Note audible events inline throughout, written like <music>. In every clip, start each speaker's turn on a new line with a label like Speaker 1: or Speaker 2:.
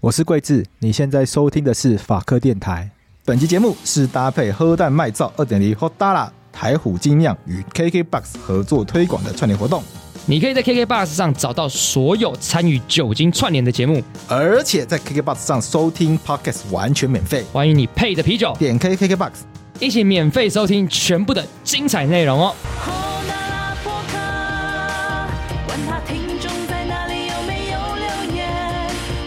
Speaker 1: 我是桂智，你现在收听的是法科电台。本期节目是搭配喝蛋卖造二点零 Hot d a l a 台虎精酿与 KKBox 合作推广的串联活动，
Speaker 2: 你可以在 KKBox 上找到所有参与酒精串联的节目，
Speaker 1: 而且在 KKBox 上收听 Podcast 完全免费。
Speaker 2: 欢迎你配的啤酒
Speaker 1: 点 KKBox，
Speaker 2: 一起免费收听全部的精彩内容哦。
Speaker 3: 吼那拉波卡，管他听众在哪里有没有留言。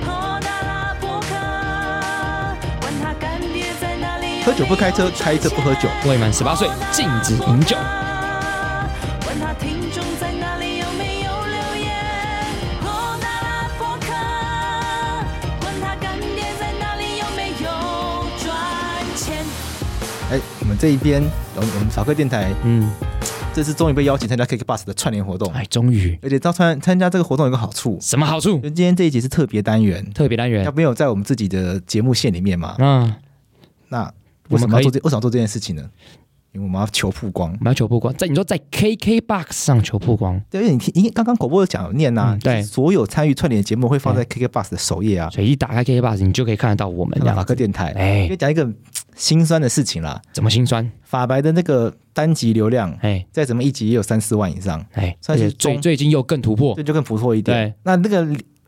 Speaker 3: 吼那拉波卡，管他干爹在哪里有没有
Speaker 1: 喝酒不开车，开车不喝酒。
Speaker 2: 未满十八岁禁止饮酒。
Speaker 3: 管他听众在哪里有没有留言。吼那拉波卡，管他干爹在哪里有没有赚钱。
Speaker 1: 哎，我们这一边，我们我们法科电台
Speaker 2: 嗯，
Speaker 1: 这次终于被邀请参加 KKBox 的串联活动，
Speaker 2: 哎，终于
Speaker 1: 而且到参参加这个活动有个好处，
Speaker 2: 什么好处
Speaker 1: 就？今天这一集是特别单元，
Speaker 2: 特别单元
Speaker 1: 它，没有在我们自己的节目线里面嘛，
Speaker 2: 嗯，
Speaker 1: 那
Speaker 2: 我
Speaker 1: 为
Speaker 2: 们
Speaker 1: 什么要
Speaker 2: 可以
Speaker 1: 做这为什么要做这件事情呢？因为我们要求曝光
Speaker 2: 我。们要求曝光，在你说在 KKBox 上求曝光，
Speaker 1: 对，因为你听，因为刚刚广播有讲有念呐、啊
Speaker 2: 嗯对
Speaker 1: 就是所有参与串联的节目会放在 KKBox 的首页啊，
Speaker 2: 所以一打开 KKBox 你就可以看得到我们
Speaker 1: 看到法
Speaker 2: 两
Speaker 1: 科
Speaker 2: 个。
Speaker 1: 电台。
Speaker 2: 哎
Speaker 1: 因为讲一个嘖心酸的事情啦，
Speaker 2: 怎么心酸？
Speaker 1: 法白的那个单集流量，
Speaker 2: 哎
Speaker 1: 再怎么一集也有三四万以上，
Speaker 2: 哎，而
Speaker 1: 算是
Speaker 2: 且最
Speaker 1: 中
Speaker 2: 最近又更突破
Speaker 1: 这，就更不错一点
Speaker 2: 对。
Speaker 1: 那那个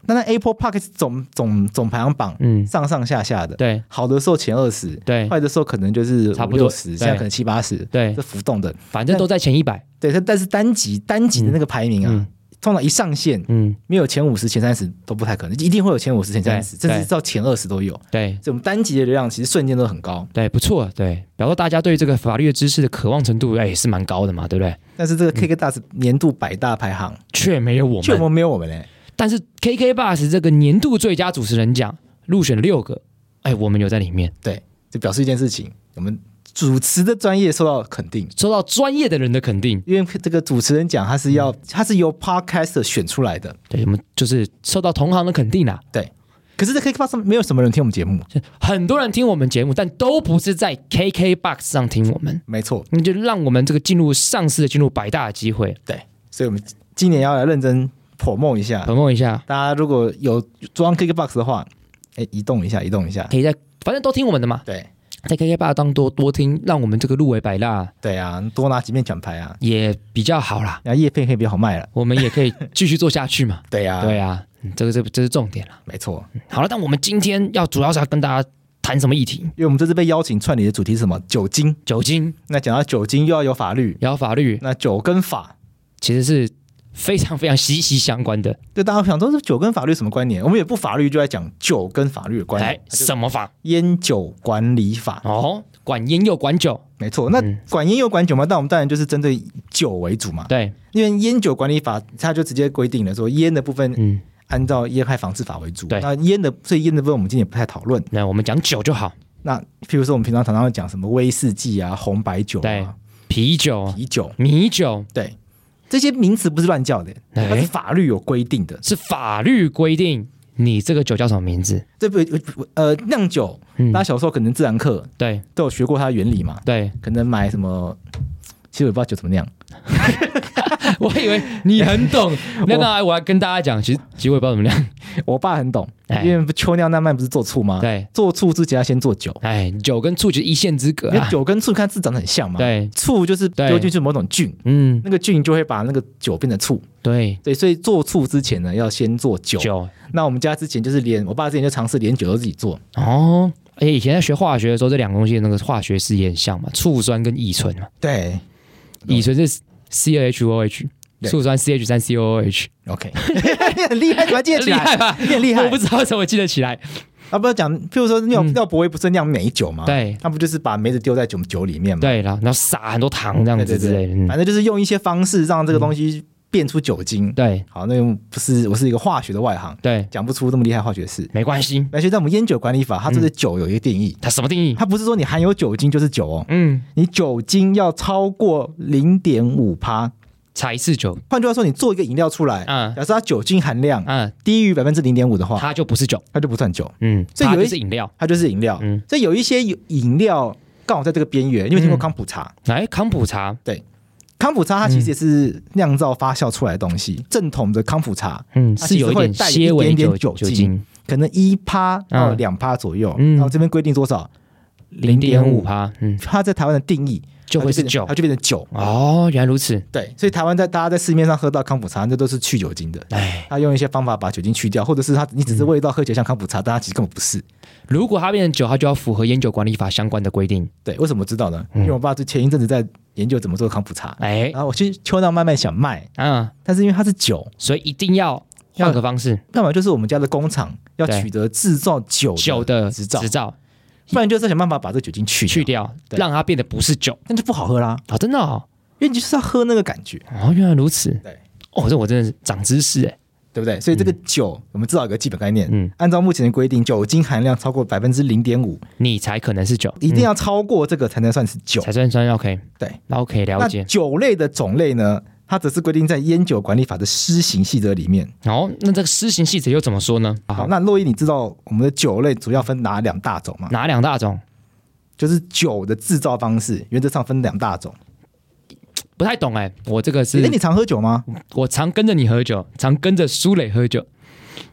Speaker 1: 那那 Apple Park 总总总排行榜，
Speaker 2: 嗯
Speaker 1: 上上下下的，
Speaker 2: 对
Speaker 1: 好的时候前二十，
Speaker 2: 对
Speaker 1: 坏的时候可能就是
Speaker 2: 差不
Speaker 1: 六
Speaker 2: 多
Speaker 1: 十，
Speaker 2: 对
Speaker 1: 现在可能七八十，
Speaker 2: 对
Speaker 1: 这浮动的。
Speaker 2: 反正都在前一百。
Speaker 1: 对，但但是单集单集的那个排名啊，
Speaker 2: 嗯
Speaker 1: 通常一上线
Speaker 2: 嗯，
Speaker 1: 没有前五十、前三十都不太可能，一定会有前五十、前三十，
Speaker 2: 对
Speaker 1: 甚至到前二十都有。
Speaker 2: 对嗯
Speaker 1: 所以我们单集的流量其实瞬间都很高，
Speaker 2: 对，不错，对，表示大家对这个法律的知识的渴望程度，哎，是蛮高的嘛，对不对？
Speaker 1: 但是这个 KK 大是年度百大排行，
Speaker 2: 却没有我
Speaker 1: 却我
Speaker 2: 们，
Speaker 1: 们没有我们嘞。
Speaker 2: 但是 KKBox 这个年度最佳主持人奖入选了六个，哎，我们有在里面，
Speaker 1: 对，就表示一件事情，我们主持的专业受到肯定。
Speaker 2: 受到专业的人的肯定。
Speaker 1: 因为这个主持人讲，他是
Speaker 2: 嗯
Speaker 1: 要他是由 podcaster 选出来的，
Speaker 2: 对，我们就是受到同行的肯定啦、啊
Speaker 1: 对。可是，在 KKBox 上没有什么人听我们节目，
Speaker 2: 很多人听我们节目，但都不是在 KKBox 上听我们，
Speaker 1: 没错，
Speaker 2: 那就让我们这个进入上市的进入百大的机会，
Speaker 1: 对。所以，我们今年要来认真 promo 一下，
Speaker 2: 捧梦一下，
Speaker 1: 大家如果有装 KKBox 的话，哎，移动一下，移动一下。
Speaker 2: 可以在反正都听我们的嘛，
Speaker 1: 对
Speaker 2: 在 KKBox 当多多听，让我们这个入围百大
Speaker 1: 对啊，多拿几面奖牌啊，
Speaker 2: 也比较好啦，
Speaker 1: 然后叶片可以比较好卖了。。
Speaker 2: 我们也可以继续做下去嘛
Speaker 1: 对啊，
Speaker 2: 对 <laughs> 啊，嗯这个这个这是重点啦。
Speaker 1: 没错，
Speaker 2: 好了，但我们今天要主要是要跟大家谈什么议题？
Speaker 1: 因为我们这次被邀请串联的主题是什么？酒精。
Speaker 2: 酒精，
Speaker 1: 那讲到酒精，又要有法律，
Speaker 2: 然后法律
Speaker 1: 那酒跟法，
Speaker 2: 其实是非常非常息息相关的。
Speaker 1: 对大家想说，这酒跟法律什么关联？我们也不法律，就在讲酒跟法律的关
Speaker 2: 来
Speaker 1: 联，。它就是
Speaker 2: 哎什么法？
Speaker 1: 烟酒管理法，
Speaker 2: 哦，管烟又管酒，
Speaker 1: 没错。那
Speaker 2: 嗯
Speaker 1: 管烟又管酒嘛，但我们当然就是针对酒为主嘛。
Speaker 2: 对，
Speaker 1: 因为烟酒管理法，它就直接规定了说，烟的部分
Speaker 2: 嗯，
Speaker 1: 按照烟害防治法为主。
Speaker 2: 对
Speaker 1: 那烟的，所以烟的部分我们今天也不太讨论。
Speaker 2: 那我们讲酒就好，
Speaker 1: 那譬如说我们平常常常会讲什么威士忌啊、红白酒
Speaker 2: 对
Speaker 1: 啊、，
Speaker 2: 啤酒、
Speaker 1: 啤酒，
Speaker 2: 米酒
Speaker 1: 对，这些名词不是乱叫的，
Speaker 2: 哎
Speaker 1: 它是法律有规定的。
Speaker 2: 是法律规定你这个酒叫什么名字？
Speaker 1: 这不呃酿酒，
Speaker 2: 嗯
Speaker 1: 大家小时候可能自然课
Speaker 2: 对
Speaker 1: 都有学过它的原理嘛，
Speaker 2: 对，
Speaker 1: 可能买什么。其实我也不知道酒怎么酿，
Speaker 2: <laughs> 我以为你很 <laughs> 懂，那个哎我要跟大家讲，其实其实我也不知道怎么样。
Speaker 1: 我爸很懂，
Speaker 2: 哎
Speaker 1: 因为不秋酿那麦不是做醋吗？，
Speaker 2: 对，
Speaker 1: 做醋之前要先做酒，
Speaker 2: 哎，酒跟醋就是一线之隔
Speaker 1: 因为
Speaker 2: 啊。
Speaker 1: 酒跟醋看字长得很像嘛。，
Speaker 2: 对，
Speaker 1: 醋就是
Speaker 2: 对
Speaker 1: 丢进去某种菌，
Speaker 2: 嗯，
Speaker 1: 那个菌就会把那个酒变成醋。
Speaker 2: 对，
Speaker 1: 对，所以做醋之前呢，要先做酒。
Speaker 2: 酒
Speaker 1: 那我们家之前就是连我爸之前就尝试连酒都自己做，
Speaker 2: 哦。而且以前在学化学的时候，这两个东西的那个化学式也很像嘛，醋酸跟乙醇嘛。
Speaker 1: 对
Speaker 2: 乙醇是 C H O H，
Speaker 1: 对
Speaker 2: 醋酸 C H 三 C O H，
Speaker 1: ，OK，你 <laughs> 很 <laughs> 厉害，怎么记得起
Speaker 2: 厉
Speaker 1: 来？
Speaker 2: 害吧？
Speaker 1: 你很厉
Speaker 2: 我
Speaker 1: 害
Speaker 2: 不知道为什么记得起来。
Speaker 1: 啊！不要讲，譬如说酿
Speaker 2: 嗯
Speaker 1: 廖伯威不是酿美酒吗？
Speaker 2: 对
Speaker 1: 他不就是把梅子丢在酒酒里面吗？
Speaker 2: 对啦，然后撒很多糖这样
Speaker 1: 对
Speaker 2: 子
Speaker 1: 对
Speaker 2: 之类
Speaker 1: 对嗯
Speaker 2: 的。嗯
Speaker 1: 反正就是用一些方式让这个东西变出酒精。
Speaker 2: 对
Speaker 1: 好，那不是我是一个化学的外行，
Speaker 2: 对，
Speaker 1: 讲不出这么厉害的化学式。
Speaker 2: 没关系。
Speaker 1: 而且在我们烟酒管理法，它对酒有一个定义，
Speaker 2: 它什么定义？
Speaker 1: 它不是说你含有酒精就是酒哦，
Speaker 2: 嗯，
Speaker 1: 你酒精要超过零点五趴。
Speaker 2: 才是酒，
Speaker 1: 换句话说，你做一个饮料出来，
Speaker 2: 嗯
Speaker 1: 假设它酒精含量
Speaker 2: 嗯，
Speaker 1: 低于百分之零点五的话，
Speaker 2: 它就不是酒，
Speaker 1: 它就不算酒，
Speaker 2: 嗯，
Speaker 1: 所以
Speaker 2: 它
Speaker 1: 有一
Speaker 2: 就是饮料。
Speaker 1: 它就是饮料。
Speaker 2: 嗯
Speaker 1: 所以有一些有饮料刚好在这个边缘，因为听过
Speaker 2: 嗯
Speaker 1: 康普茶，
Speaker 2: 哎，康普茶，
Speaker 1: 康普茶它其实也是酿造发酵出来的东西。正统的康普茶
Speaker 2: 嗯，
Speaker 1: 它
Speaker 2: 是
Speaker 1: 其实
Speaker 2: 有一
Speaker 1: 会
Speaker 2: 点
Speaker 1: 带
Speaker 2: 些
Speaker 1: 一
Speaker 2: 微
Speaker 1: 点点
Speaker 2: 酒
Speaker 1: 酒精
Speaker 2: 精，
Speaker 1: 可能一趴到
Speaker 2: 嗯
Speaker 1: 两趴左右，
Speaker 2: 嗯
Speaker 1: 然后这边规定多少？
Speaker 2: 零点五，趴，嗯，
Speaker 1: 它在台湾的定义
Speaker 2: 就会是
Speaker 1: 它变成
Speaker 2: 酒
Speaker 1: 它就变成酒。
Speaker 2: 哦，原来如此，
Speaker 1: 对，所以台湾在大家在市面上喝到康普茶，那都是去酒精的。
Speaker 2: 哎，
Speaker 1: 他用一些方法把酒精去掉，或者是他你
Speaker 2: 嗯
Speaker 1: 只是味道喝起来像康普茶，但它其实根本不是。
Speaker 2: 如果它变成酒，它就要符合烟酒管理法相关的规定，
Speaker 1: 对，为什么知道呢？
Speaker 2: 嗯
Speaker 1: 因为我爸就前一阵子在研究怎么做康普茶，
Speaker 2: 哎，
Speaker 1: 然后我去秋到慢慢想卖，
Speaker 2: 嗯，
Speaker 1: 但是因为它是酒，
Speaker 2: 所以一定要换个方式，
Speaker 1: 要么就是我们家的工厂要
Speaker 2: 对
Speaker 1: 取得制造酒
Speaker 2: 酒的
Speaker 1: 执照
Speaker 2: 执，照
Speaker 1: 不然就是要想办法把这酒精去
Speaker 2: 去
Speaker 1: 掉，
Speaker 2: 掉，
Speaker 1: 对
Speaker 2: 让它变得不是酒
Speaker 1: 那就不好喝啦，
Speaker 2: 啊，真的哦，
Speaker 1: 因为你就是要喝那个感觉，
Speaker 2: 哦，原来如此，
Speaker 1: 对，
Speaker 2: 哦，这我真的是长知识哎，
Speaker 1: 对不对？所以这个酒我们至少有个基本概念，
Speaker 2: 嗯
Speaker 1: 按照目前的规定，酒精含量超过百分之零点五，
Speaker 2: 你才可能是酒，
Speaker 1: 一定
Speaker 2: 嗯
Speaker 1: 要超过这个才能算是酒，
Speaker 2: 才算算 OK，
Speaker 1: 对。
Speaker 2: 那 OK 了
Speaker 1: 那
Speaker 2: 解，
Speaker 1: 酒类的种类呢，它则是规定在烟酒管理法的施行细则里面。
Speaker 2: 哦，那这个施行细则又怎么说呢？
Speaker 1: 好，
Speaker 2: 好，
Speaker 1: 那洛伊，你知道我们的酒类主要分哪两大种吗？
Speaker 2: 哪两大种？
Speaker 1: 就是酒的制造方式，原则上分两大种。
Speaker 2: 不太懂哎，我这个
Speaker 1: 哎、
Speaker 2: 是嗯
Speaker 1: 你常喝酒吗？
Speaker 2: 我常跟着你喝酒，常跟着苏磊喝酒，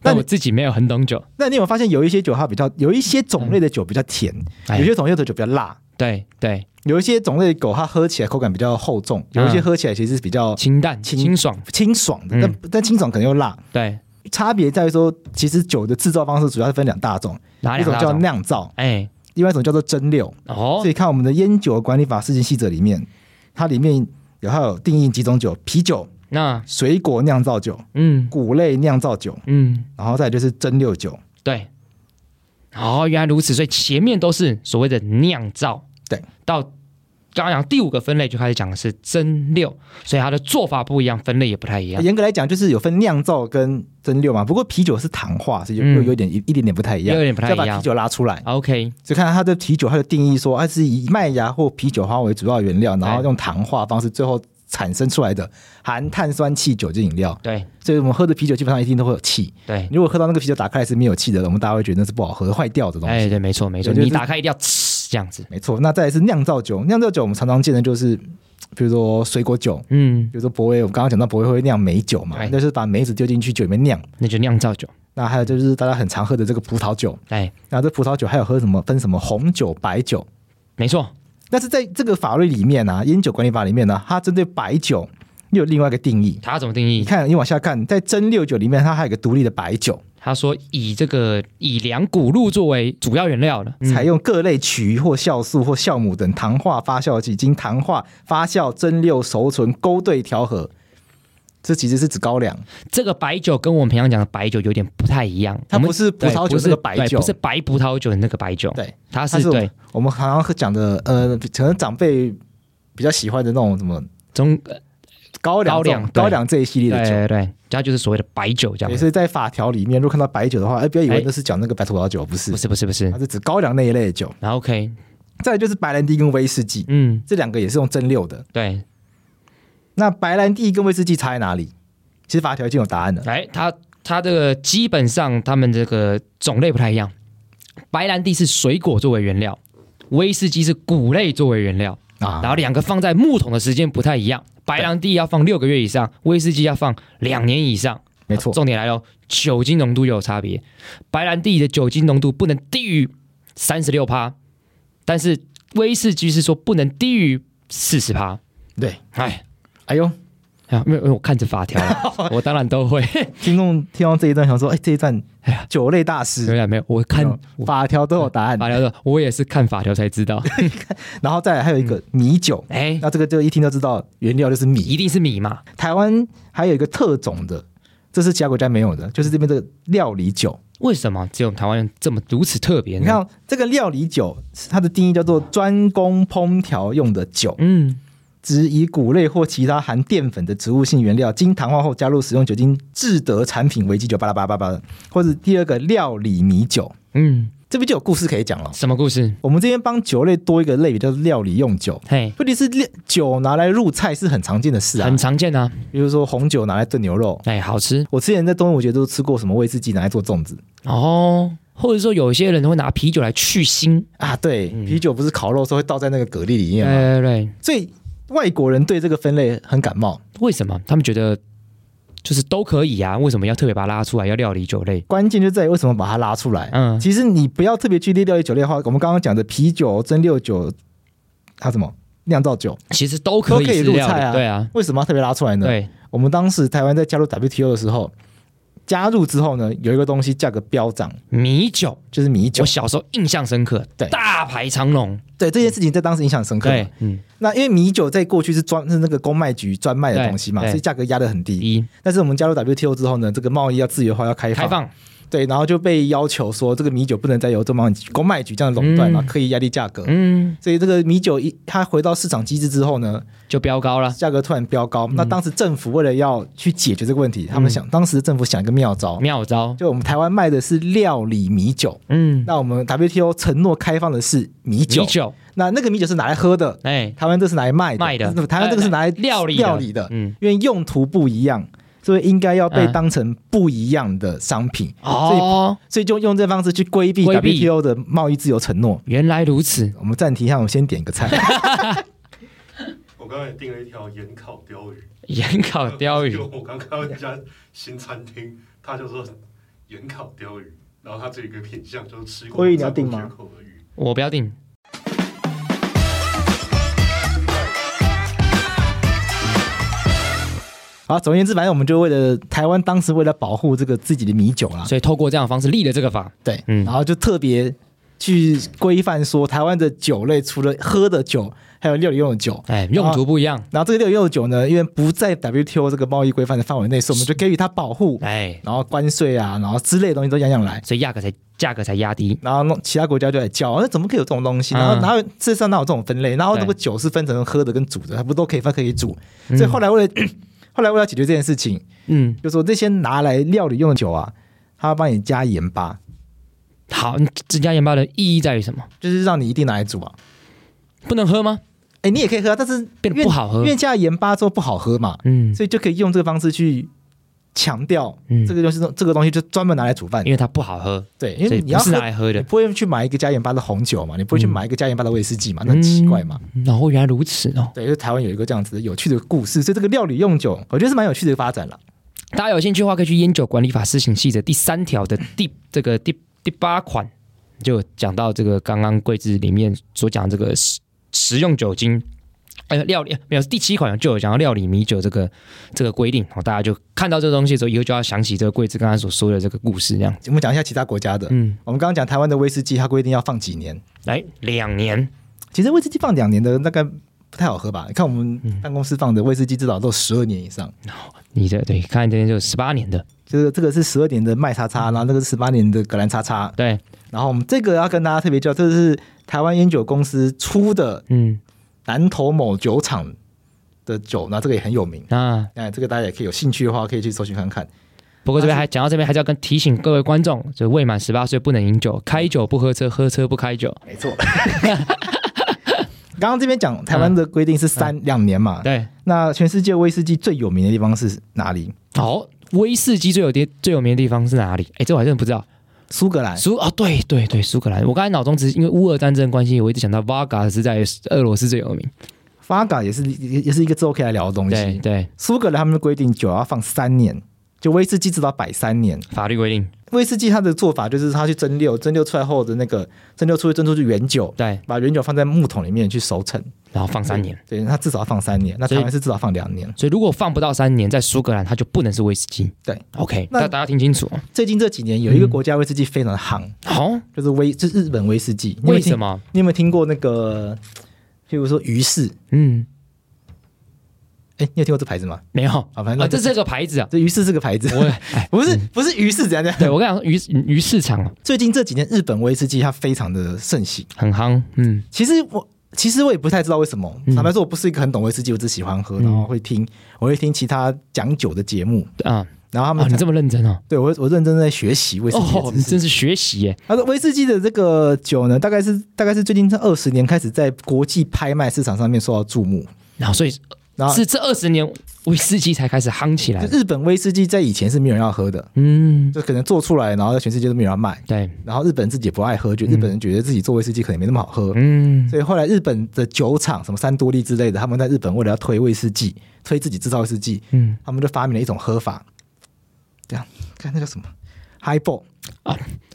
Speaker 2: 但
Speaker 1: 你
Speaker 2: 我自己没有很懂酒。
Speaker 1: 那你有没有发现有一些酒它比较，有一些种类的酒比较甜，
Speaker 2: 哎
Speaker 1: 有一些种类的酒比较辣，
Speaker 2: 对对，
Speaker 1: 有一些种类的狗它喝起来口感比较厚重，有一些
Speaker 2: 嗯
Speaker 1: 喝起来其实是比较
Speaker 2: 清淡
Speaker 1: 清
Speaker 2: 清爽，
Speaker 1: 清爽的，
Speaker 2: 嗯
Speaker 1: 但但清爽可能又辣。
Speaker 2: 对，
Speaker 1: 差别在于说，其实酒的制造方式主要是分两大种，
Speaker 2: 哪
Speaker 1: 一
Speaker 2: 两
Speaker 1: 种
Speaker 2: 大
Speaker 1: 叫
Speaker 2: 种？
Speaker 1: 酿造，
Speaker 2: 哎，
Speaker 1: 另外一种叫做蒸馏。
Speaker 2: 哦
Speaker 1: 所，以看我们的《烟酒管理法施行细则》里面，它里面有还有定义几种酒：啤酒、
Speaker 2: 那
Speaker 1: 水果酿造酒、
Speaker 2: 嗯
Speaker 1: 谷类酿造酒，
Speaker 2: 嗯，
Speaker 1: 然后再来就是蒸馏酒。
Speaker 2: 对，哦，原来如此，所以前面都是所谓的酿造，
Speaker 1: 对，
Speaker 2: 到刚刚讲第五个分类就开始讲的是蒸馏，所以它的做法不一样，分类也不太一样。
Speaker 1: 严格来讲，就是有分酿造跟蒸馏嘛。不过啤酒是糖化，所以
Speaker 2: 嗯
Speaker 1: 又有点一一点点不太一样，
Speaker 2: 又有点不太
Speaker 1: 要把
Speaker 2: 一样
Speaker 1: 啤酒拉出来。
Speaker 2: OK，
Speaker 1: 所以看它的啤酒，它的定义说，它是以麦芽或啤酒花为主要原料，然后
Speaker 2: 哎
Speaker 1: 用糖化方式最后产生出来的含碳酸气酒精饮料。
Speaker 2: 对
Speaker 1: 所以我们喝的啤酒基本上一定都会有气。
Speaker 2: 对，
Speaker 1: 如果喝到那个啤酒打开来是没有气的，我们大家会觉得那是不好喝、坏掉的东西。
Speaker 2: 哎对，没错没错，
Speaker 1: 对就是
Speaker 2: 你打开一定要呲这样子，
Speaker 1: 没错，那再来是酿造酒，酿造酒我们常常见的就是，比如说水果酒，
Speaker 2: 嗯
Speaker 1: 比，如说博威，我们刚刚讲到博威会酿梅酒嘛，
Speaker 2: 对
Speaker 1: 那就是把梅子丢进去酒里面酿。
Speaker 2: 那就酿造酒，
Speaker 1: 那还有就是大家很常喝的这个葡萄酒，
Speaker 2: 哎，
Speaker 1: 然后这葡萄酒还有喝什么分什么红酒、白酒。
Speaker 2: 没错，
Speaker 1: 但是在这个法律里面啊，烟酒管理法里面呢、它针对白酒又有另外一个定义。
Speaker 2: 它怎么定义
Speaker 1: 你？看，你往下看，在蒸馏酒里面，它还有一个独立的白酒，
Speaker 2: 他说以这个以两谷露作为主要原料嗯的，
Speaker 1: 采用各类曲或酵素或酵母等糖化发酵剂，经糖化、发酵、蒸馏、熟存、勾兑、调和。这其实是指高粱，
Speaker 2: 这个白酒跟我们平常讲的白酒有点不太一样，
Speaker 1: 它
Speaker 2: 我们
Speaker 1: 不是葡萄酒
Speaker 2: 对不
Speaker 1: 那个白
Speaker 2: 对
Speaker 1: 酒
Speaker 2: 不是白葡萄酒的那个白酒，
Speaker 1: 对，
Speaker 2: 它
Speaker 1: 它
Speaker 2: 是
Speaker 1: 是我
Speaker 2: 对
Speaker 1: 们我们好像讲的，呃，可能长辈比较喜欢的那种什么
Speaker 2: 中
Speaker 1: 高粱
Speaker 2: 高粱
Speaker 1: 这种
Speaker 2: 对
Speaker 1: 高粱这一系
Speaker 2: 对
Speaker 1: 列的酒。
Speaker 2: 对对，它就是所谓的白酒这
Speaker 1: 也
Speaker 2: 样子，
Speaker 1: 是在法条里面，如果看到白酒的话，哎，不要以
Speaker 2: 哎
Speaker 1: 为那是讲那个白葡萄酒，不是
Speaker 2: 不，是不是不是
Speaker 1: 它，是指高粱那一类的酒。
Speaker 2: 然后 OK，
Speaker 1: 再来就是白兰地跟威士忌，
Speaker 2: 嗯，
Speaker 1: 这两个也是用蒸馏的。
Speaker 2: 对，
Speaker 1: 那白兰地跟威士忌差在哪里？其实法条已经有答案了。
Speaker 2: 来，它它这个基本上它们这个种类不太一样，白兰地是水果作为原料，威士忌是谷类作为原料，然
Speaker 1: 啊，
Speaker 2: 后两个放在木桶的时间不太一样，白兰地要放六个月以上，威士忌要放两年以上。
Speaker 1: 没错，
Speaker 2: 重点来了，酒精浓度又有差别。白兰地的酒精浓度不能低于三十六趴，但是威士忌是说不能低于四十趴。
Speaker 1: 对。
Speaker 2: 哎，
Speaker 1: 哎呦，
Speaker 2: 啊，没有，因为我看着法条啊，
Speaker 1: <laughs>
Speaker 2: 我当然都会。
Speaker 1: 听众听到这一段想说，哎，这一段
Speaker 2: 哎呀
Speaker 1: 酒类大师
Speaker 2: 没有没有，我看
Speaker 1: 有法条都有答案。
Speaker 2: 法条的，我也是看法条才
Speaker 1: <laughs>
Speaker 2: 知道。
Speaker 1: 然后再来还有一个米酒，
Speaker 2: 哎，
Speaker 1: 那这个就一听就知道原料就是米
Speaker 2: 一。定是米嘛？
Speaker 1: 台湾还有一个特种的，这是其他国家没有的，就是这边的料理酒。
Speaker 2: 为什么只有台湾人这么如此特别呢？
Speaker 1: 你看，哦这个料理酒，它的定义叫做专供烹调用的酒，
Speaker 2: 嗯，
Speaker 1: 指以谷类或其他含淀粉的植物性原料，经糖化后加入使用酒精制得产品为基酒，巴拉巴拉巴拉巴拉。或者第二个料理米酒，
Speaker 2: 嗯，
Speaker 1: 这边就有故事可以讲了。
Speaker 2: 什么故事？
Speaker 1: 我们这边帮酒类多一个类别，叫做料理用酒。
Speaker 2: 嘿，
Speaker 1: 问题是，料酒拿来入菜是很常见的事啊
Speaker 2: 很，常见啊。
Speaker 1: 比如说红酒拿来炖牛肉，
Speaker 2: 哎，好吃
Speaker 1: 我之前在端午节都吃过什么威士忌拿来做粽子
Speaker 2: 哦。或者说，有些人会拿啤酒来去腥。
Speaker 1: 啊？对，
Speaker 2: 嗯
Speaker 1: 啤酒不是烤肉的时候会倒在那个蛤蜊里面吗？
Speaker 2: 哎，对，
Speaker 1: 所以外国人对这个分类很感冒。
Speaker 2: 为什么他们觉得就是都可以啊，为什么要特别把它拉出来，要料理酒类？
Speaker 1: 关键就在于为什么把它拉出来。
Speaker 2: 嗯
Speaker 1: 其实你不要特别去列掉一酒类的话，我们刚刚讲的啤酒、蒸馏酒，还有什么酿造酒，
Speaker 2: 其实
Speaker 1: 都
Speaker 2: 都可以
Speaker 1: 可以
Speaker 2: 是
Speaker 1: 入
Speaker 2: 料理
Speaker 1: 菜啊。
Speaker 2: 对啊，
Speaker 1: 为什么要特别拉出来呢？，
Speaker 2: 对，
Speaker 1: 我们当时台湾在加入 WTO 的时候，加入之后呢，有一个东西价格飙涨，
Speaker 2: 米酒，
Speaker 1: 就是米酒
Speaker 2: 我。小时候印象深刻，
Speaker 1: 对
Speaker 2: 大排长龙，
Speaker 1: 对这件事情在当时影响很深刻嘛。
Speaker 2: 对，嗯，
Speaker 1: 那因为米酒在过去是专是那个公卖局专卖的东西嘛，
Speaker 2: 对对
Speaker 1: 所以价格压得很低。
Speaker 2: 嗯一
Speaker 1: 但是我们加入 WTO 之后呢，这个贸易要自由化，要开放，
Speaker 2: 开放，
Speaker 1: 对，然后就被要求说这个米酒不能再由这贸易局公卖局这样垄断
Speaker 2: 嗯
Speaker 1: 嘛，可以压低价格。
Speaker 2: 嗯，
Speaker 1: 所以这个米酒一它回到市场机制之后呢，
Speaker 2: 就飙高了，
Speaker 1: 价格突然飙高。
Speaker 2: 嗯
Speaker 1: 那当时政府为了要去解决这个问题，他们想，当时政府想一个妙招，
Speaker 2: 妙招，
Speaker 1: 就我们台湾卖的是料理米酒，
Speaker 2: 嗯，
Speaker 1: 那我们 WTO 承诺开放的是米酒，
Speaker 2: 米酒，
Speaker 1: 那那个米酒是拿来喝的，
Speaker 2: 哎，
Speaker 1: 台湾这是拿来卖的，
Speaker 2: 卖的
Speaker 1: 那台湾这个是拿来
Speaker 2: 呃料理的
Speaker 1: 料理的，
Speaker 2: 嗯，
Speaker 1: 因为用途不一样，所以应该要被
Speaker 2: 嗯
Speaker 1: 当成不一样的商品，所以
Speaker 2: 哦，
Speaker 1: 所以就用这方式去规避
Speaker 2: 规避
Speaker 1: WTO 的贸易自由承诺。
Speaker 2: 原来如此，
Speaker 1: 我们暂停一下，我们先点个菜。
Speaker 2: <laughs>
Speaker 4: 我刚才订了一条盐烤鲷鱼，
Speaker 2: 盐烤哦鲷鱼
Speaker 4: 因为，我刚看到一家新餐厅，他就说盐烤鲷鱼，然后他这有一个品相就是吃过
Speaker 1: 郭宇你要订吗
Speaker 4: 三口的鱼，
Speaker 2: 我不要定，
Speaker 1: 好，总而言之，反正我们就为了台湾当时为了保护这个自己的米酒啦，
Speaker 2: 所以透过这样的方式立了这个法，
Speaker 1: 对，
Speaker 2: 嗯
Speaker 1: 然后就特别去规范说，台湾的酒类除了喝的酒，还有料理用的酒。
Speaker 2: 哎，用途不一样，
Speaker 1: 然后这个料理用的酒呢，因为不在 WTO 这个贸易规范的范围内，所以我们就给予它保护，
Speaker 2: 哎，
Speaker 1: 然后关税啊，然后之类的东西都样样来。
Speaker 2: 所以价格才价格才压低，
Speaker 1: 然后弄其他国家就来叫，那怎么可以有这种东西？
Speaker 2: 嗯
Speaker 1: 然后哪有世上哪有这种分类？然后那个
Speaker 2: 对
Speaker 1: 酒是分成喝的跟煮的，它不都可以分可以煮？所以后来为了、 <clears throat> 后来为了解决这件事情，
Speaker 2: 嗯，
Speaker 1: 就说这些拿来料理用的酒啊，它要帮你加盐巴，
Speaker 2: 好，这家盐巴的意义在于什么？
Speaker 1: 就是让你一定拿来煮啊。
Speaker 2: 不能喝吗？
Speaker 1: 哎，你也可以喝啊，但是
Speaker 2: 变
Speaker 1: 因
Speaker 2: 得
Speaker 1: 为
Speaker 2: 不好喝
Speaker 1: 因为加了盐巴之后不好喝嘛，
Speaker 2: 嗯，
Speaker 1: 所以就可以用这个方式去强调，
Speaker 2: 嗯
Speaker 1: 这个就是这个东西就专门拿来煮饭
Speaker 2: 因。为它不好喝，
Speaker 1: 对，因
Speaker 2: 所
Speaker 1: 为
Speaker 2: 以
Speaker 1: 你要
Speaker 2: 不是
Speaker 1: 喝
Speaker 2: 拿，来喝
Speaker 1: 你
Speaker 2: 的。
Speaker 1: 不会去买一个加盐巴的红酒嘛，你不会去
Speaker 2: 嗯
Speaker 1: 买一个加盐巴的威士忌嘛，那很奇怪嘛。
Speaker 2: 嗯。然后原来如此哦，
Speaker 1: 对，就是台湾有一个这样子的有趣的故事，所以这个料理用酒，我觉得是蛮有趣的发展了。
Speaker 2: 大家有兴趣的话，可以去《烟酒管理法施行细则》第三条的第这个第第八款，就讲到这个刚刚柜子里面所讲这个食食用酒精。呃，料理没有第七款就有讲到料理米酒这个这个规定，好，大家就看到这个东西的时候，以后就要想起这个柜子刚才所说的这个故事，这样。
Speaker 1: 我们讲一下其他国家的，
Speaker 2: 嗯，
Speaker 1: 我们刚刚讲台湾的威士忌，它规定要放几年，
Speaker 2: 来两年，
Speaker 1: 其实威士忌放两年的大概不太好喝吧？你看我们办公室放的威士忌至少都十二年以上，
Speaker 2: 你的对，看这边就十八年的，
Speaker 1: 就是这个是十二年的麦叉叉，然后这个是十八年的格兰叉叉，
Speaker 2: 对，
Speaker 1: 然后我们这个要跟大家特别介绍，这是台湾烟酒公司出的
Speaker 2: 嗯，
Speaker 1: 南投某酒厂的酒，那这个也很有名。
Speaker 2: 那
Speaker 1: 哎，这个大家也可以有兴趣的话，可以去搜寻看看。
Speaker 2: 不过这边还讲到这边，还是要跟提醒各位观众，就未满十八岁不能饮酒，开酒不喝车，喝车不开酒。
Speaker 1: 没错。 <laughs> 刚刚这边讲台湾的规定是三两年嘛，
Speaker 2: 对，
Speaker 1: 那全世界威士忌最有名的地方是哪里？
Speaker 2: 好、威士忌最有地最有名的地方是哪里？哎，这我还真的不知道。
Speaker 1: 苏格兰。
Speaker 2: 苏啊、对对对，苏格兰。我刚才脑中只是因为乌俄战争的关系，我一直想到 v a g a 是在俄罗斯最有名。
Speaker 1: Faga 也是也也是一个之后可以来聊的东
Speaker 2: 对
Speaker 1: 西。
Speaker 2: 对，
Speaker 1: 苏格兰他们规定酒要放三年，就威士忌至少摆三年。
Speaker 2: 法律规定。
Speaker 1: 威士忌它的做法就是它去蒸馏，蒸馏出来后的那个蒸馏出蒸出去原酒，
Speaker 2: 对，
Speaker 1: 把原酒放在木桶里面去熟成。
Speaker 2: 然后放三年。
Speaker 1: 对，它至少要放三年。那
Speaker 2: 所以
Speaker 1: 台湾是至少放两年。
Speaker 2: 所以如果放不到三年，在苏格兰它就不能是威士忌。
Speaker 1: 对
Speaker 2: ，OK，
Speaker 1: 那
Speaker 2: 那大家听清楚哦。
Speaker 1: 最近这几年有一个国家威士忌非常的夯，
Speaker 2: 好、
Speaker 1: 就是威，就是日本威士忌。你有没有
Speaker 2: 为
Speaker 1: 听
Speaker 2: 什？么？
Speaker 1: 你有没有听过那个，譬如说鱼氏？
Speaker 2: 嗯，
Speaker 1: 哎，你有听过这牌子吗？
Speaker 2: 没有。
Speaker 1: 反正
Speaker 2: 啊，这这个牌子啊，
Speaker 1: 这鱼氏这个牌子，
Speaker 2: 我哎，
Speaker 1: 不是不是鱼氏怎样怎样。
Speaker 2: <laughs> 对我跟你讲，鱼鱼市场哦
Speaker 1: 最近这几年日本威士忌它非常的盛行。
Speaker 2: 很夯。嗯，
Speaker 1: 其实我其实我也不太知道为什么，
Speaker 2: 嗯
Speaker 1: 坦白说，我不是一个很懂威士忌，我只喜欢喝，
Speaker 2: 嗯
Speaker 1: 然后会听，我会听其他讲酒的节目，
Speaker 2: 啊，
Speaker 1: 然后他
Speaker 2: 哦，
Speaker 1: 们
Speaker 2: 你
Speaker 1: 讲、
Speaker 2: 这么认真哦。
Speaker 1: 对我我认真在学习威士忌
Speaker 2: 哦，
Speaker 1: 的
Speaker 2: 你
Speaker 1: 知识。
Speaker 2: 真是学习耶！
Speaker 1: 他说威士忌的这个酒呢，大概是大概是最近这二十年开始在国际拍卖市场上面受到注目。
Speaker 2: 然后所以
Speaker 1: 然后
Speaker 2: 是这二十年威士忌才开始夯起来
Speaker 1: 啊就
Speaker 2: 的。
Speaker 1: 日本威士忌在以前是没有人要喝的，
Speaker 2: 嗯，
Speaker 1: 就可能做出来，然后在全世界都没有人要卖。
Speaker 2: 对，
Speaker 1: 然后日本自己也不爱喝，就日本人觉得自己做威士忌可能没那么好喝，
Speaker 2: 嗯，
Speaker 1: 所以后来日本的酒厂，什么三多利之类的，他们在日本为了要推威士忌，推自己制造威士忌，
Speaker 2: 嗯，
Speaker 1: 他们就发明了一种喝法，这样，看那叫什么 highball，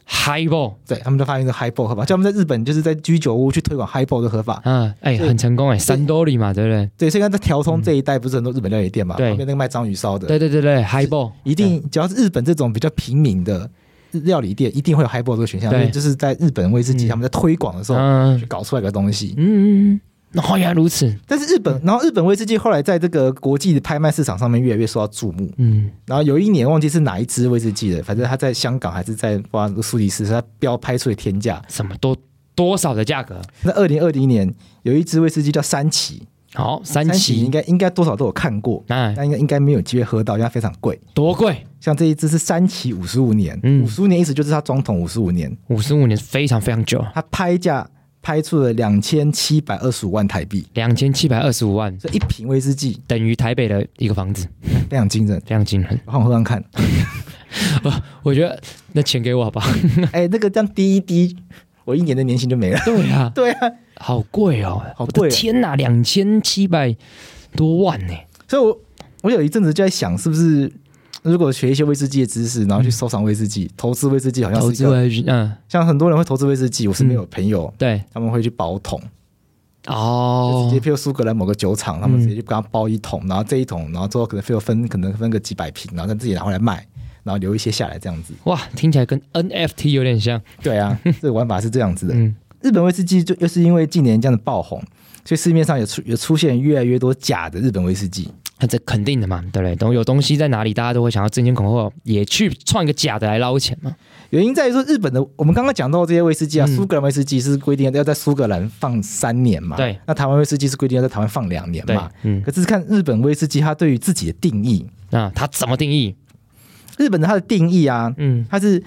Speaker 2: Highball，
Speaker 1: 对他们就发现是 highball 合法，像他们在日本就是在居酒屋去推广 highball 的合法。
Speaker 2: 嗯，哎，
Speaker 1: 对
Speaker 2: 很成功哎，三多里嘛，对不对？
Speaker 1: 对，所以刚才调通这一带不是很多日本料理店嘛，
Speaker 2: 对
Speaker 1: 旁边那个卖章鱼烧的，
Speaker 2: 对对对对，Highball，
Speaker 1: 一定只要是日本这种比较平民的料理店，一定会有 highball 这个选项，因
Speaker 2: 对
Speaker 1: 为就是在日本威士忌
Speaker 2: 嗯
Speaker 1: 他们在推广的时候
Speaker 2: 嗯
Speaker 1: 去搞出来个东西。
Speaker 2: 嗯嗯，嗯哦，原来如此，
Speaker 1: 但是日
Speaker 2: 嗯
Speaker 1: 本，然后日本威士忌后来在这个国际的拍卖市场上面越来越受到注目。
Speaker 2: 嗯
Speaker 1: 然后有一年忘记是哪一支威士忌了，反正它在香港还是在哇苏黎世，它标拍出了天价。
Speaker 2: 什么多多少的价格？
Speaker 1: 那二零二零年有一支威士忌叫三旗，
Speaker 2: 好，三
Speaker 1: 旗应
Speaker 2: 旗，
Speaker 1: 该应该多少都有看过，
Speaker 2: 那
Speaker 1: 但应该应该没有机会喝到，因为它非常贵。
Speaker 2: 多贵？
Speaker 1: 像这一支是三旗五十五年，
Speaker 2: 嗯
Speaker 1: 五十五年意思就是它装桶五十五年，
Speaker 2: 五十五年非常非常久，
Speaker 1: 它拍价拍出了两千七百二十五万台币，
Speaker 2: 两千七百二十五万，
Speaker 1: 这一瓶威士忌
Speaker 2: 等于台北的一个房子，
Speaker 1: 非常惊人。
Speaker 2: 非常惊人。
Speaker 1: 我好想喝看看，
Speaker 2: 我觉得那钱给我好不好？
Speaker 1: 哎、那个这样滴一滴，我一年的年薪就没了。
Speaker 2: <laughs> 对
Speaker 1: <laughs>
Speaker 2: 啊，
Speaker 1: 对啊，
Speaker 2: 好贵哦，
Speaker 1: 好
Speaker 2: 我的
Speaker 1: 贵
Speaker 2: 天哪，两千七百多万呢！
Speaker 1: 所以我我有一阵子就在想，是不是如果学一些威士忌的知识，然后去收藏威士忌，投资威士忌，好像
Speaker 2: 投
Speaker 1: 是一
Speaker 2: 资
Speaker 1: 个
Speaker 2: 回去，嗯，
Speaker 1: 像很多人会投资威士忌，我身边有朋友。
Speaker 2: 对，
Speaker 1: 他们会去保桶，就
Speaker 2: 哦
Speaker 1: 直接，譬如苏格兰某个酒厂，他们直接就给他包一桶，然后这一桶，然后最后可能分分可能分个几百瓶，然后再自己拿回来卖，然后留一些下来这样子。
Speaker 2: 哇，听起来跟 NFT 有点像，
Speaker 1: 对啊，这个玩法是这样子的。
Speaker 2: 嗯，
Speaker 1: 日本威士忌就又是因为近年这样的爆红，所以市面上也出也出现越来越多假的日本威士忌。
Speaker 2: 那啊这肯定的嘛，对不对？等有东西在哪里，大家都会想要争先恐后，也去创一个假的来捞钱嘛。
Speaker 1: 原因在于说，日本的我们刚刚讲到这些威士忌啊，
Speaker 2: 嗯
Speaker 1: 苏、格兰威士忌是规定要在苏格兰放三年嘛，
Speaker 2: 对。
Speaker 1: 那台湾威士忌是规定要在台湾放两年
Speaker 2: 对
Speaker 1: 嘛，，
Speaker 2: 嗯，
Speaker 1: 可是看日本威士忌它对于自己的定义，
Speaker 2: 那它怎么定义？
Speaker 1: 日本的它的定义啊，
Speaker 2: 嗯，
Speaker 1: 它是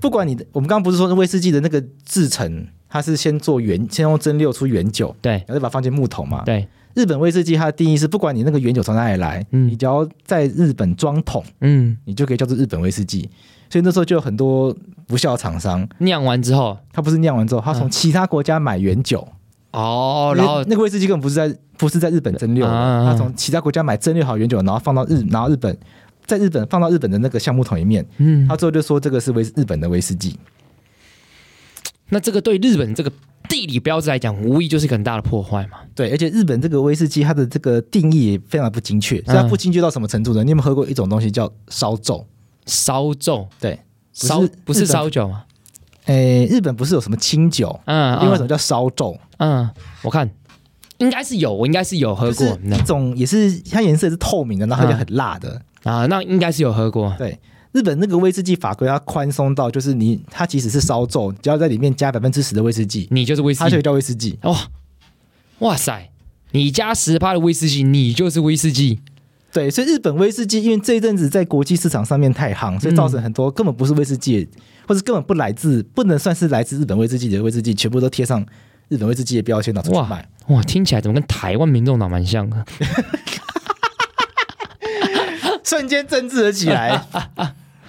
Speaker 1: 不管你的，我们刚刚不是说威士忌的那个制成，它是先做原，先用蒸馏出原酒，
Speaker 2: 对
Speaker 1: 然后再把它放进木桶嘛。
Speaker 2: 对，
Speaker 1: 日本威士忌它的定义是，不管你那个原酒从哪里来，
Speaker 2: 嗯
Speaker 1: 你只要在日本装桶，
Speaker 2: 嗯，
Speaker 1: 你就可以叫做日本威士忌。所以那时候就有很多不孝厂商，
Speaker 2: 酿完之后，
Speaker 1: 他不是酿完之后，他从其他国家买原酒，
Speaker 2: 嗯哦，
Speaker 1: 因为
Speaker 2: 然后
Speaker 1: 那个威士忌根本不是在不是在日本蒸馏的，
Speaker 2: 啊
Speaker 1: 他从其他国家买蒸馏好原酒，然后放到日，然后日本在日本放到日本的那个橡木桶里面，
Speaker 2: 嗯，
Speaker 1: 他最后就说这个是威日本的威士忌。
Speaker 2: 那这个对日本这个地理标志来讲，无疑就是一个很大的破坏嘛。
Speaker 1: 对，而且日本这个威士忌它的这个定义也非常不精
Speaker 2: 嗯
Speaker 1: 确，所以它不精确到什么程度呢？你有没有喝过一种东西叫烧酒？
Speaker 2: 烧酒，
Speaker 1: 对，不是
Speaker 2: 烧不
Speaker 1: 日
Speaker 2: 是
Speaker 1: 本
Speaker 2: 烧酒吗？
Speaker 1: 诶，日本不是有什么清酒，
Speaker 2: 嗯，
Speaker 1: 另外一
Speaker 2: 嗯
Speaker 1: 种叫烧酒，
Speaker 2: 嗯，我看应该是有，我应该是有喝
Speaker 1: 就是
Speaker 2: 过，嗯那
Speaker 1: 一种也是它颜色是透明的，然后就很辣的。
Speaker 2: 啊，那应该是有喝过，
Speaker 1: 对，日本那个威士忌法规它宽松到，就是你它即使是烧酒，只要在里面加百分之十的威士忌，
Speaker 2: 你就是威士
Speaker 1: 它就
Speaker 2: 忌，
Speaker 1: 叫威士忌。
Speaker 2: 哇哇塞，你加十趴的威士忌，你就是威士忌，
Speaker 1: 对，所以日本威士忌因为这一阵子在国际市场上面太行，所以造成很多根本不是威士忌，或者根本不来自不能算是来自日本威士忌的威士忌，全部都贴上日本威士忌的标签拿出去卖 <laughs>
Speaker 2: 哇。哇，听起来怎么跟台湾民众党蛮像啊的？
Speaker 1: 瞬间政治了起来。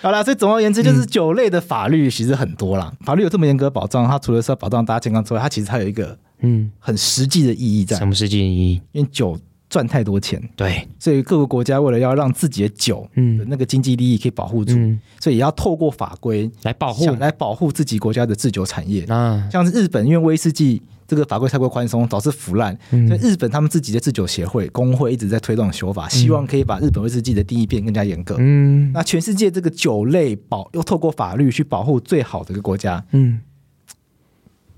Speaker 1: 好啦，所以总而言之，就是酒类的法律其实很多啦。法律有这么严格保障，它除了是要保障大家健康之外，它其实还有一个
Speaker 2: 嗯，
Speaker 1: 很实际的意义在
Speaker 2: 什，么世界意义？
Speaker 1: 因为酒赚太多钱，
Speaker 2: 对，
Speaker 1: 所以各个国家为了要让自己的酒
Speaker 2: 嗯
Speaker 1: 的那个经济利益可以保护住，
Speaker 2: 嗯，
Speaker 1: 所以也要透过法规
Speaker 2: 来保护
Speaker 1: 想来保护自己国家的制酒产业。
Speaker 2: 啊，
Speaker 1: 像是日本，因为威士忌这个法规太过宽松，导致腐烂，
Speaker 2: 嗯
Speaker 1: 所以日本他们自己的制酒协会工会一直在推动修法，希望可以把日本威士忌的定义变更加严格。
Speaker 2: 嗯
Speaker 1: 那全世界这个酒类保又透过法律去保护最好的一个国家，
Speaker 2: 嗯，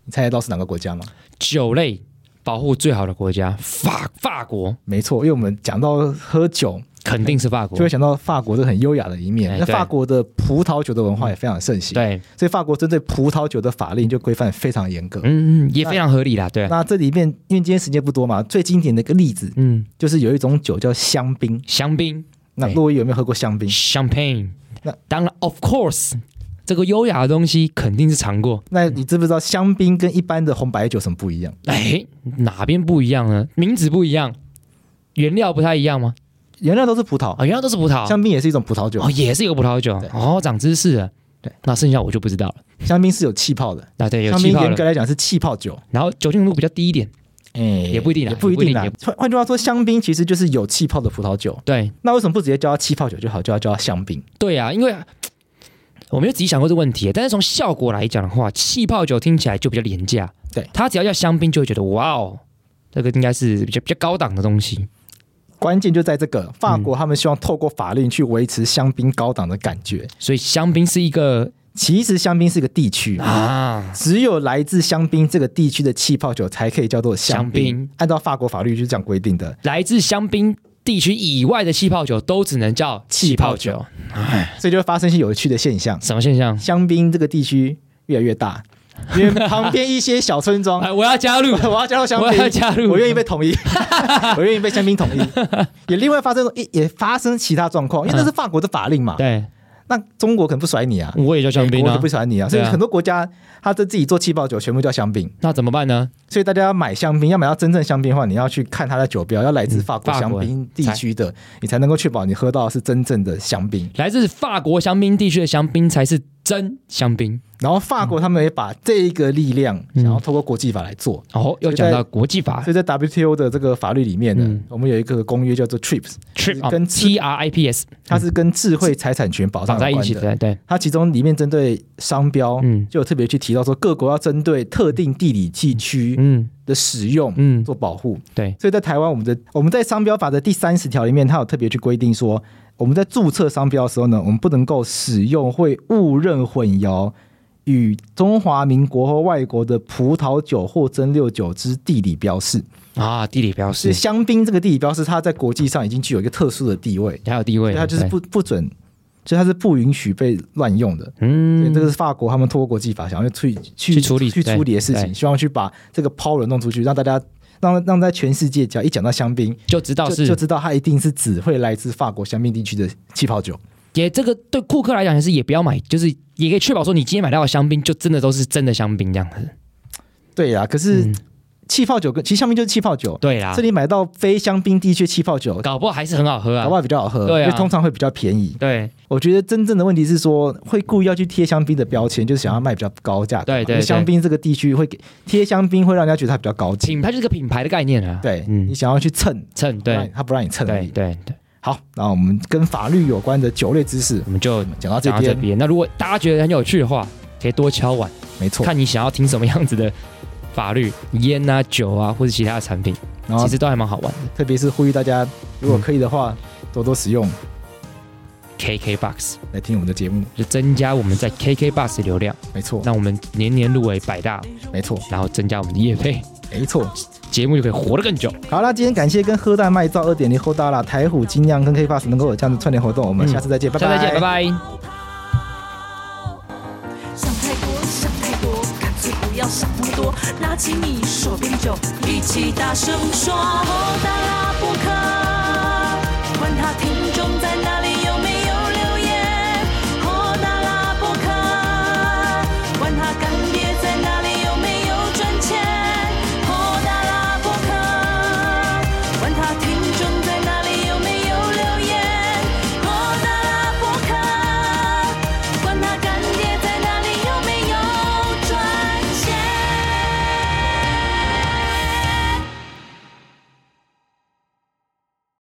Speaker 1: 你猜得到是哪个国家吗？
Speaker 2: 酒类保护最好的国家，法法国
Speaker 1: 没错，因为我们讲到喝酒，
Speaker 2: 肯定是法国
Speaker 1: 就会，想到法国这个很优雅的一面。
Speaker 2: 哎
Speaker 1: 那
Speaker 2: 对
Speaker 1: 法国的葡萄酒的文化也非常盛行，，
Speaker 2: 对，
Speaker 1: 所以法国针对葡萄酒的法令就规范非常严格。
Speaker 2: 嗯嗯，也非常合理啦，对，
Speaker 1: 那这里面，因为今天时间不多嘛，最经典的一个例子
Speaker 2: 嗯，
Speaker 1: 就是有一种酒叫香槟。
Speaker 2: 香槟。
Speaker 1: 那
Speaker 2: 哎
Speaker 1: 洛伊有没有喝过香槟？
Speaker 2: champagne
Speaker 1: 那。
Speaker 2: 当然，of course，这个优雅的东西肯定是尝过。
Speaker 1: 那你知不知道香槟跟一般的红白酒有什么不一样？
Speaker 2: 哎，哪边不一样呢？名字不一样，原料不太一样吗？
Speaker 1: 原料都是葡萄
Speaker 2: 啊、，原料都是葡萄，
Speaker 1: 香槟也是一种葡萄酒
Speaker 2: 哦，，也是一个葡萄酒。哦，长知识了。
Speaker 1: 对，
Speaker 2: 那剩下我就不知道了。
Speaker 1: 香槟是有气泡的。
Speaker 2: 那对，有
Speaker 1: 香
Speaker 2: 气
Speaker 1: 槟
Speaker 2: 泡
Speaker 1: 严
Speaker 2: 了
Speaker 1: 格，来讲是气泡酒，
Speaker 2: 然后酒精浓度比较低一点。
Speaker 1: 哎、
Speaker 2: 也不一定啦
Speaker 1: 也不一定啦啊
Speaker 2: 也不一定也。啊
Speaker 1: 换换句话说，香槟其实就是有气泡的葡萄酒。
Speaker 2: 对
Speaker 1: 那为什么不直接叫它气泡酒就好，就要叫它香槟？
Speaker 2: 对啊，因为我没有仔细想过这个问题，但是从效果来讲的话，气泡酒听起来就比较廉价。
Speaker 1: 对
Speaker 2: 它只要叫香槟，就会觉得哇哦，这个应该是比较比较高档的东西。
Speaker 1: 关键就在这
Speaker 2: 嗯
Speaker 1: 个，法国他们希望透过法令去维持香槟高档的感觉。
Speaker 2: 所以香槟是一个
Speaker 1: 其实香槟是个地区，
Speaker 2: 啊，
Speaker 1: 只有来自香槟这个地区的气泡酒才可以叫做香槟。
Speaker 2: 香槟
Speaker 1: 按照法国法律就是这样规定的，
Speaker 2: 来自香槟地区以外的气泡酒都只能叫气泡酒。
Speaker 1: 气所以就会发生一些有趣的现象。
Speaker 2: 什么现象？
Speaker 1: 香槟这个地区越来越大，因为旁边一些小村庄
Speaker 2: <laughs> 哎，我要加入
Speaker 1: 我要加入香槟，
Speaker 2: 我要加入
Speaker 1: 我愿意被
Speaker 2: <laughs>
Speaker 1: 统一，我愿意被香槟统一。也另外发生也也发生其他状况，因为那是法国的法令嘛。
Speaker 2: 嗯对，
Speaker 1: 那中国可能不甩你啊，
Speaker 2: 我也叫香
Speaker 1: 美
Speaker 2: 槟
Speaker 1: 国可
Speaker 2: 啊
Speaker 1: 不。甩你啊，所
Speaker 2: 对
Speaker 1: 以
Speaker 2: 啊
Speaker 1: 很多国家他在自己做气泡酒，全部叫香槟。
Speaker 2: 那怎么办呢？
Speaker 1: 所以大家要买香槟，要买到真正香槟的话，你要去看它的酒标，要来自法国
Speaker 2: 嗯法
Speaker 1: 香
Speaker 2: 国
Speaker 1: 槟地区的，你才能够确保你喝到的是真正的香槟。
Speaker 2: 来自法国香槟地区的香槟才是真香槟。
Speaker 1: 然后法
Speaker 2: 嗯
Speaker 1: 国他们也把这一个力量想要透过国际法来做，
Speaker 2: 哦，又
Speaker 1: 以
Speaker 2: 讲
Speaker 1: 在
Speaker 2: 到国际法
Speaker 1: 所以在 WTO 的这个法律里面呢，
Speaker 2: 嗯
Speaker 1: 我们有一个公约叫做 TRIPS，
Speaker 2: ，trip 啊
Speaker 1: 跟智
Speaker 2: ，T R I P S，
Speaker 1: 它是跟智慧财产权保障
Speaker 2: 绑
Speaker 1: 有
Speaker 2: 在一
Speaker 1: 关
Speaker 2: 起
Speaker 1: 的。
Speaker 2: 的，对，
Speaker 1: 它其中里面针对商标，
Speaker 2: 嗯
Speaker 1: 就有特别去提到说，各国要针对特定地理地区
Speaker 2: 嗯，
Speaker 1: 的使用，
Speaker 2: 嗯
Speaker 1: 做保护。
Speaker 2: 对，
Speaker 1: 所以在台湾，我们的我们在商标法的第三十条里面，它有特别去规定说，我们在注册商标的时候呢，我们不能够使用会误认混淆与中华民国或外国的葡萄酒或蒸馏酒之地理标示。
Speaker 2: 啊，地理标
Speaker 1: 所
Speaker 2: 识
Speaker 1: 以，香槟这个地理标示，它在国际上已经具有一个特殊的地位，
Speaker 2: 还有地位
Speaker 1: 所以
Speaker 2: 的，
Speaker 1: 它就是
Speaker 2: 对
Speaker 1: 不不准，所以它是不允许被乱用的。所以
Speaker 2: 嗯，
Speaker 1: 这个是法国他们通过国际法想要去去
Speaker 2: 去处理
Speaker 1: 去处理的事
Speaker 2: 对
Speaker 1: 情，希望去把这个抛人弄出去，让大家让让在全世界只要一讲到香槟，
Speaker 2: 就知道
Speaker 1: 就是就，知道它一定是只会来自法国香槟地区的气泡酒。
Speaker 2: 也这个对顾客来讲也是也不要买，就是也可以确保说你今天买到的香槟就真的都是真的香槟这样子，
Speaker 1: 对呀、可是
Speaker 2: 嗯
Speaker 1: 气泡酒跟其实香槟就是气泡酒，
Speaker 2: 对啦
Speaker 1: 所，以你买到非香槟地区气泡酒，
Speaker 2: 搞不好还是很好喝
Speaker 1: 搞
Speaker 2: 啊
Speaker 1: 不，好比较好喝，
Speaker 2: 对啊
Speaker 1: 因为通常会比较便宜。
Speaker 2: 对，
Speaker 1: 我觉得真正的问题是说，会故意要去贴香槟的标签，就是想要卖比较高价格。
Speaker 2: 对对
Speaker 1: 因为香
Speaker 2: 对
Speaker 1: 槟这个地区会给贴香槟，会让人家觉得它比较高级。
Speaker 2: 品牌就是个品牌的概念啊，
Speaker 1: 对、你
Speaker 2: 嗯，
Speaker 1: 想要去蹭，
Speaker 2: 称
Speaker 1: 不让
Speaker 2: 对
Speaker 1: 他不让你蹭而
Speaker 2: 对
Speaker 1: 已。
Speaker 2: 对对，
Speaker 1: 好，那我们跟法律有关的酒类知识
Speaker 2: 我们就
Speaker 1: 讲到这
Speaker 2: 讲到这
Speaker 1: 边，
Speaker 2: 边，那如果大家觉得很有趣的话，可以多敲碗。
Speaker 1: 没错。
Speaker 2: 看你想要听什么样子的法律，烟啊、酒啊，或者其他的产品，
Speaker 1: 然后
Speaker 2: 其实嗯都还蛮好玩的。
Speaker 1: 特别是呼吁大家，如果可以的话，多多使用
Speaker 2: KKBox
Speaker 1: 来听我们的节目。
Speaker 2: 就增加我们在 KKBox 的流量，
Speaker 1: 没错，
Speaker 2: 让我们年年入围百大，
Speaker 1: 没错，
Speaker 2: 然后增加我们的业配，
Speaker 1: 没错。
Speaker 2: 节目就可以活得更久。
Speaker 1: 好啦，今天感谢跟喝大麦造二点零后大啦、台虎精酿跟 K Pass 能够有这样的串联活动，我们
Speaker 2: 嗯
Speaker 1: 下次再见，拜
Speaker 2: 下次再见，拜拜。
Speaker 3: 想泰国，想泰国，干脆不要想那么多，拿起你手边的酒，一起大声说。哦，大拉伯克，管他听众